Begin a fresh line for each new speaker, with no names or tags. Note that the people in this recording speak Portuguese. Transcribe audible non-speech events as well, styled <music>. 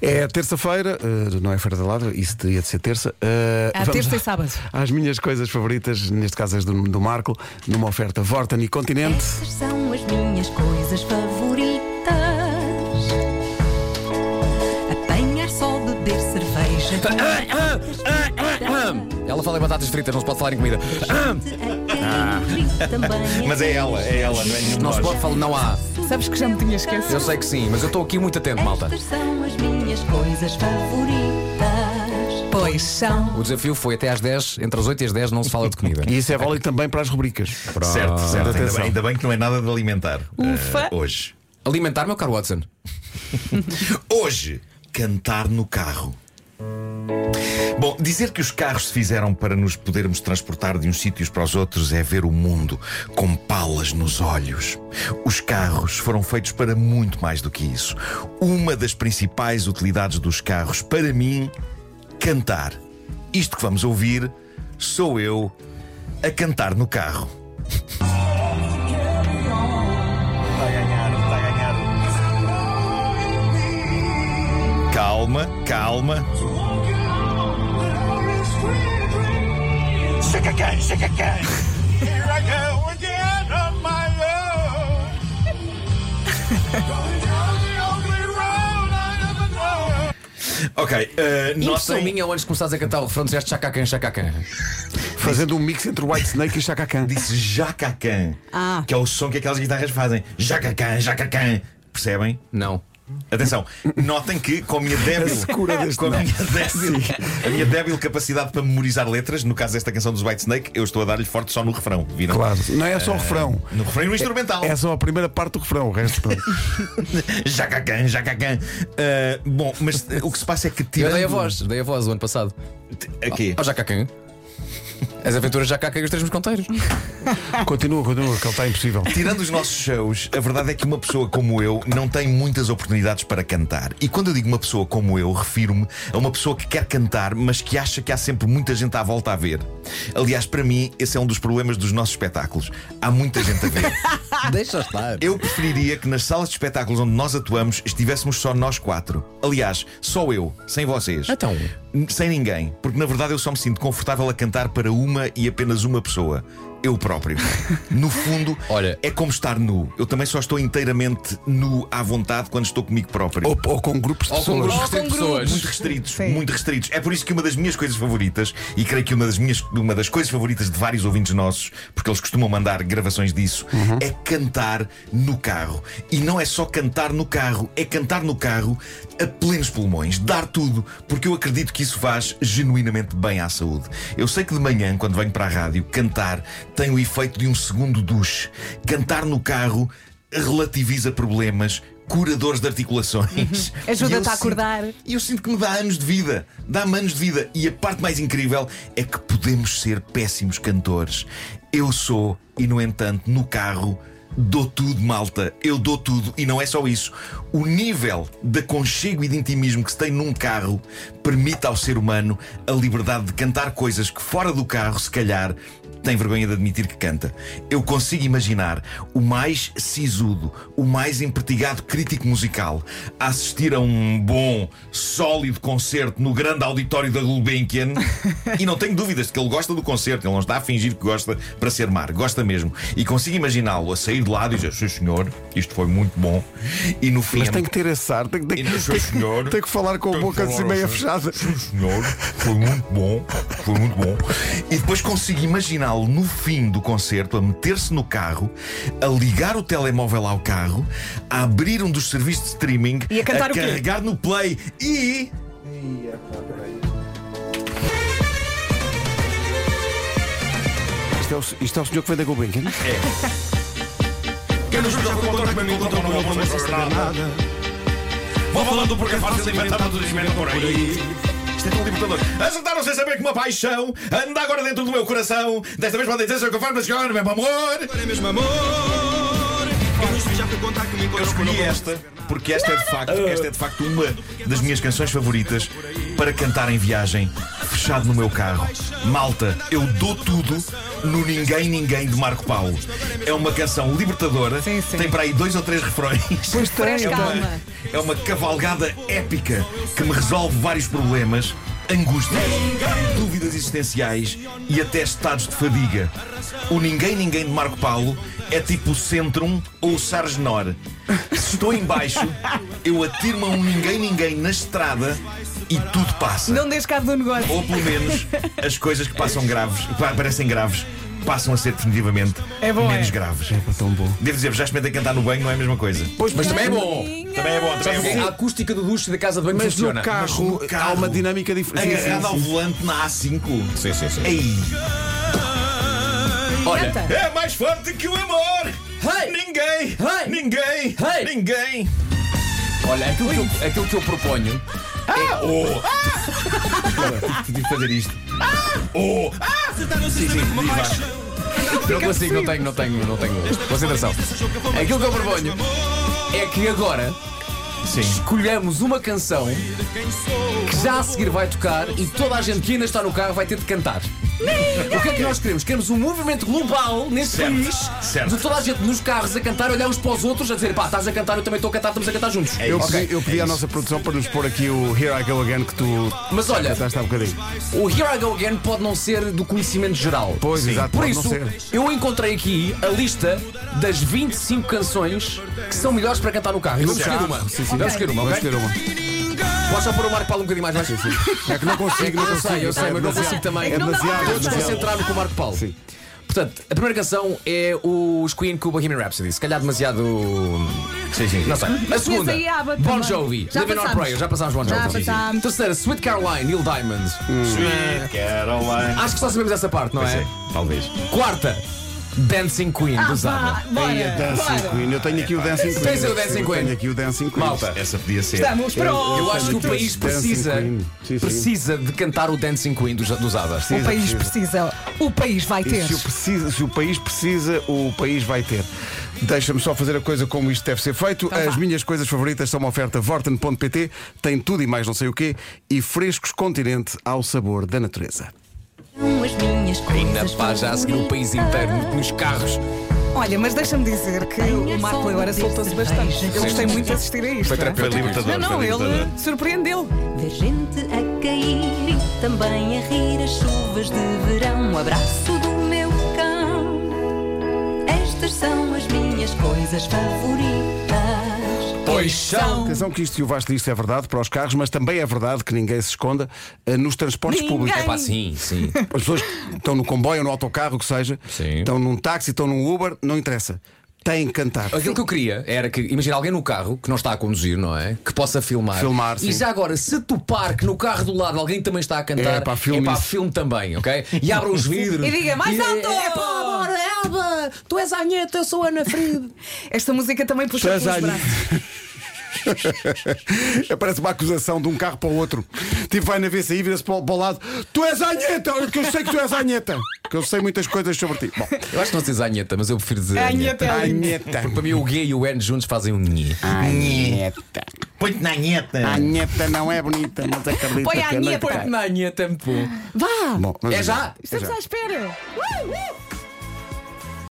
É terça-feira, eh, não é feira da ladra, isso teria de ser terça. Eh,
Ah,
vamos
terça
lá
e sábado.
<laughs> Às minhas coisas favoritas, neste caso as do, do Marco, numa oferta Vorten e Continente.
Essas são as minhas coisas favoritas: apanhar só, beber cerveja. ah,
Ela fala em batatas fritas, não se pode falar em comida.
ah, Mas é ela, é ela, não é nenhum
Não se pode falar, não há.
Sabes que já me tinha esquecido.
Eu sei que sim, mas eu estou aqui muito atento, malta.
Estas são as minhas coisas favoritas.
Pois são.
O desafio foi até às 10, entre as 8 e as 10 não se fala de comida.
E isso é válido também para as rubricas.
Certo, certo. Ainda
Atenção.
bem, ainda bem que não é nada de alimentar.
Ufa.
eh, hoje.
Alimentar, meu caro Watson.
Hoje, cantar no carro. Bom, dizer que os carros se fizeram para nos podermos transportar de uns sítios para os outros é ver o mundo com palas nos olhos. Os carros foram feitos para muito mais do que isso. Uma das principais utilidades dos carros, para mim, cantar. Isto que vamos ouvir sou eu a cantar no carro. Calma, calma.
Shake again, shake again. Here I go again on my own. Going down the only road I ever know.
Ok, eh,
Impressão
notem,
minha, antes de começares a cantar o refrão, disseste chacacan, chacacan.
Fazendo um mix entre White Snake e Chaka Khan.
disse jacacan, que é o som que aquelas guitarras fazem. Jacacan, jacacan. Percebem?
Não.
Atenção, notem que com a minha débil,
secura deste
com a
não.
minha débil, a minha débil capacidade para memorizar letras, no caso desta canção dos White Snake, eu estou a dar-lhe forte só no refrão. Viram?
Claro, não é só o refrão.
No refrão e no instrumental.
É só a primeira parte do refrão, o resto.
<laughs>
pronto.
Jacacan, jacacan. Eh, bom, mas eh, o que se passa é que
Eu
tirando
dei a voz, Oh, dei a voz o ano passado.
Aqui.
Ao jacacan. As aventuras jacacan e os três mosconteiros.
Continua, continua, que ele está impossível.
Tirando os nossos shows, a verdade é que uma pessoa como eu não tem muitas oportunidades para cantar. E quando eu digo uma pessoa como eu, refiro-me a uma pessoa que quer cantar, mas que acha que há sempre muita gente à volta a ver. Aliás, para mim, esse é um dos problemas dos nossos espetáculos. Há muita gente a ver.
<laughs> Deixa estar.
Eu preferiria que nas salas de espetáculos onde nós atuamos estivéssemos só nós quatro. Aliás, só eu, sem vocês.
Então?
N- Sem ninguém. Porque na verdade eu só me sinto confortável a cantar para uma e apenas uma pessoa. Eu próprio. No fundo,
Olha-
é como estar nu. Eu também só estou inteiramente nu à vontade quando estou comigo próprio.
Ou, ou com grupos de
Ou com um
pessoas.
grupo de cem pessoas.
Muito restritos, muito restritos. É por isso que uma das minhas coisas favoritas, e creio que uma das, minhas, uma das coisas favoritas de vários ouvintes nossos, porque eles costumam mandar gravações disso, é cantar no carro. E não é só cantar no carro, é cantar no carro a plenos pulmões, dar tudo, porque eu acredito que isso faz genuinamente bem à saúde. Eu sei que de manhã, quando venho para a rádio, cantar tem o efeito de um segundo duche. Cantar no carro relativiza problemas. Curadores de articulações. <laughs>
Ajuda-te
E eu
a acordar.
sinto- E eu sinto que me dá anos de vida. Dá-me anos de vida. E a parte mais incrível é que podemos ser péssimos cantores. Eu sou, e no entanto, no carro. Dou tudo, malta. Eu dou tudo. E não é só isso. O nível de aconchego e de intimismo que se tem num carro permite ao ser humano a liberdade de cantar coisas que fora do carro, se calhar, tem vergonha de admitir que canta. Eu consigo imaginar o mais sisudo, o mais empertigado crítico musical a assistir a um bom, sólido concerto no grande auditório da Gulbenkian e não tenho dúvidas de que ele gosta do concerto, ele não está a fingir que gosta para ser mar, gosta mesmo. E consigo imaginá-lo a sair de lá e dizer: Sim, senhor, isto foi muito bom. E no fim. é
Mas tem que ter esse ar, tem, que- tem,
E
que-
no seu senhor.
tem que falar com a
Tem que
boca
falar
assim meia
ao senhor.
fechada.
Sim, senhor, foi muito bom, foi muito bom. E depois consigo imaginá-lo no fim do concerto a meter-se no carro, a ligar o telemóvel ao carro, a abrir um dos serviços de streaming,
E a cantar o quê?
carregar no play e.
Isto é, o, isto é o senhor que vem da Gulbenkian?
Quem nos ajuda a contar também me encontrou no álbum, mas não se sabe nada. Vou falando porque é fácil inventar tudo desmento por aí.
Isto é tão libertador. Acertaram sem saber que uma paixão anda agora dentro do meu coração. Desta vez podem dizer, conforme a senhora, meu amor.
Agora é mesmo amor. Quem nos beija com o contar que me
Eu
encontrou com o
escolhi
Nuno Gomes.
esta porque esta é, de facto, esta é de facto uma das minhas canções favoritas para cantar em viagem, fechado no meu carro. Malta, eu dou tudo no Ninguém Ninguém de Marco Paulo. É uma canção libertadora,
Sim, sim.
tem para aí dois ou três refrões.
Pois
<laughs>
tem,
Fresca
então.
alma.
É uma cavalgada épica que me resolve vários problemas, angústias, dúvidas existenciais e até estados de fadiga. O Ninguém Ninguém de Marco Paulo é tipo o Centrum ou o Sargenor. Se estou em baixo, eu atiro-me a um Ninguém Ninguém na estrada e tudo passa.
Não deixes cabo do negócio.
Ou pelo menos as coisas que passam graves, que parecem graves, passam a ser definitivamente
É bom,
menos
é.
graves.
É tão bom.
Devo dizer, já experimentei cantar no banho, não é a mesma coisa.
Pois, mas também é bom.
Também é bom, também é bom.
A acústica do duche da casa de banho
Mas
funciona.
no carro,
no
há
carro,
uma dinâmica diferente. Sim,
Agarrado
sim,
ao
sim.
volante na A5.
Sim, sim, sim.
Ei!
Olha,
Canta.
É mais forte que o amor!
Hey!
Ninguém!
Hey!
Ninguém!
Hey!
Ninguém!
olha, aquilo que eu, aquilo que eu proponho.
Ah! Oh! Tive de fazer isto. Oh!
Sim, sim, diz lá.
Não consigo, não tenho, não tenho, não tenho concentração. Aquilo que eu proponho é que agora
Sim.
escolhamos uma canção que já a seguir vai tocar e toda a gente que ainda está no carro vai ter de cantar. O que é que nós queremos? Queremos um movimento global neste
Certo,
país
certo.
de toda a gente nos carros a cantar, olhar uns para os outros, a dizer pá, estás a cantar, eu também estou a cantar, estamos a cantar juntos.
É
Eu
isso.
pedi, eu pedi
É
à
isso.
nossa produção para nos pôr aqui o Here I Go Again que tu
Mas olha,
cantaste há bocadinho.
o Here I Go Again pode não ser do conhecimento geral.
Pois, exato,
Por
pode
isso,
não ser.
eu encontrei aqui a lista das 25 canções que são melhores para cantar no carro. E vamos escolher
carro,
uma.
sim, sim.
Vamos escolher uma,
Vamos
ok?
ter uma.
Posso só pôr o Marco Paulo um bocadinho mais baixo?
É que não consigo,
<laughs>
não
Eu
consigo.
Ah, sei, eu sei,
É
mas não
demasiado.
consigo também.
É
não dá
demasiado.
para
é
Eu
demasiado.
desconcentrado com o Marco Paulo.
Sim.
Portanto, a primeira canção é os Queen com o Bohemian Rhapsody. Se calhar demasiado.
Sim, sim.
Não sei. A segunda,
aí a aba
Bon
também.
Jovi.
Já
Living on
passámos.
Prayer. Já passámos Bon Jovi.
Já
Sim, sim.
passámos.
Terceira, Sweet Caroline, Neil Diamond.
Sweet Caroline.
Acho que só sabemos essa parte, Ah, não
Pois é,
é?
Talvez.
Quarta, Dancing Queen
Ah,
do
vá,
Zaba.
bora,
Ei, a Dancing
bora.
Queen. Eu tenho aqui o Dancing Queen.
Tens aí o Dancing
Eu
Queen.
Tenho aqui o Dancing Queen.
Malta.
Essa podia ser.
Estamos
Eu
pronto.
acho que o
Dancing
país
Queen.
precisa,
Sim, sim.
precisa de cantar o Dancing Queen do, do Zaba.
O país precisa. O país vai
E
ter.
se, o precisa- se o país precisa, o país vai ter. Deixa-me só fazer a coisa como isto deve ser feito. As minhas coisas favoritas são uma oferta Vorten.pt, tem tudo e mais não sei o quê, e frescos continente ao sabor da natureza.
São as minhas coisas
Ainda pá, já a seguir o país inteiro nos carros.
Olha, mas deixa-me dizer que o Marco agora soltou-se bastante. Eu gostei muito de assistir a isto.
Foi
não é?
Foi
terapêutico.
libertador.
Não, não,
foi libertador.
ele surpreendeu.
Ver gente a cair e também a rir as chuvas de verão. Um abraço do meu cão. Estas são as minhas coisas favoritas.
Pois são.
Atenção que isto e o vasto disto é verdade para os carros, mas também é verdade que ninguém se esconda eh, nos transportes
Ninguém.
públicos.
Pá, sim, sim.
As pessoas que estão no comboio, no autocarro, o que seja,
Sim.
estão num táxi, estão num Uber, não interessa. Têm que cantar. <laughs>
Aquilo que eu queria era que, imagina alguém no carro que não está a conduzir, não é? Que possa filmar.
Filmar, sim.
E já agora, se topar que no carro do lado alguém também está a cantar,
É pá, filme
é pá,
isso.
filme também, ok? E abra os
<laughs>
vidros.
E diga, mais alto!
É pá, bora, Elba! Tu és a Anheta, eu sou a Ana Fried.
Esta música também puxa pelos
Estás a-
braços.
Parece uma acusação de um carro para o outro. Tipo, vai na VCI, vira-se para, o- para o lado. Tu és a Anheta! Que eu sei que tu és a Anheta! Que eu sei muitas coisas sobre ti. Bom,
Eu acho que não sei a Anheta, mas eu prefiro dizer.
É A
Anheta.
Anheta.
a Anheta.
Porque para mim o G e o N juntos fazem um Nhi.
Anheta.
Põe-te na nheta.
A Anheta não é bonita, mas acredita
Põe a
que é
Anheta.
noite.
Na Anheta é muito bom.
Vá!
Bom, mas-
É já?
Estamos à espera! Uh, uh.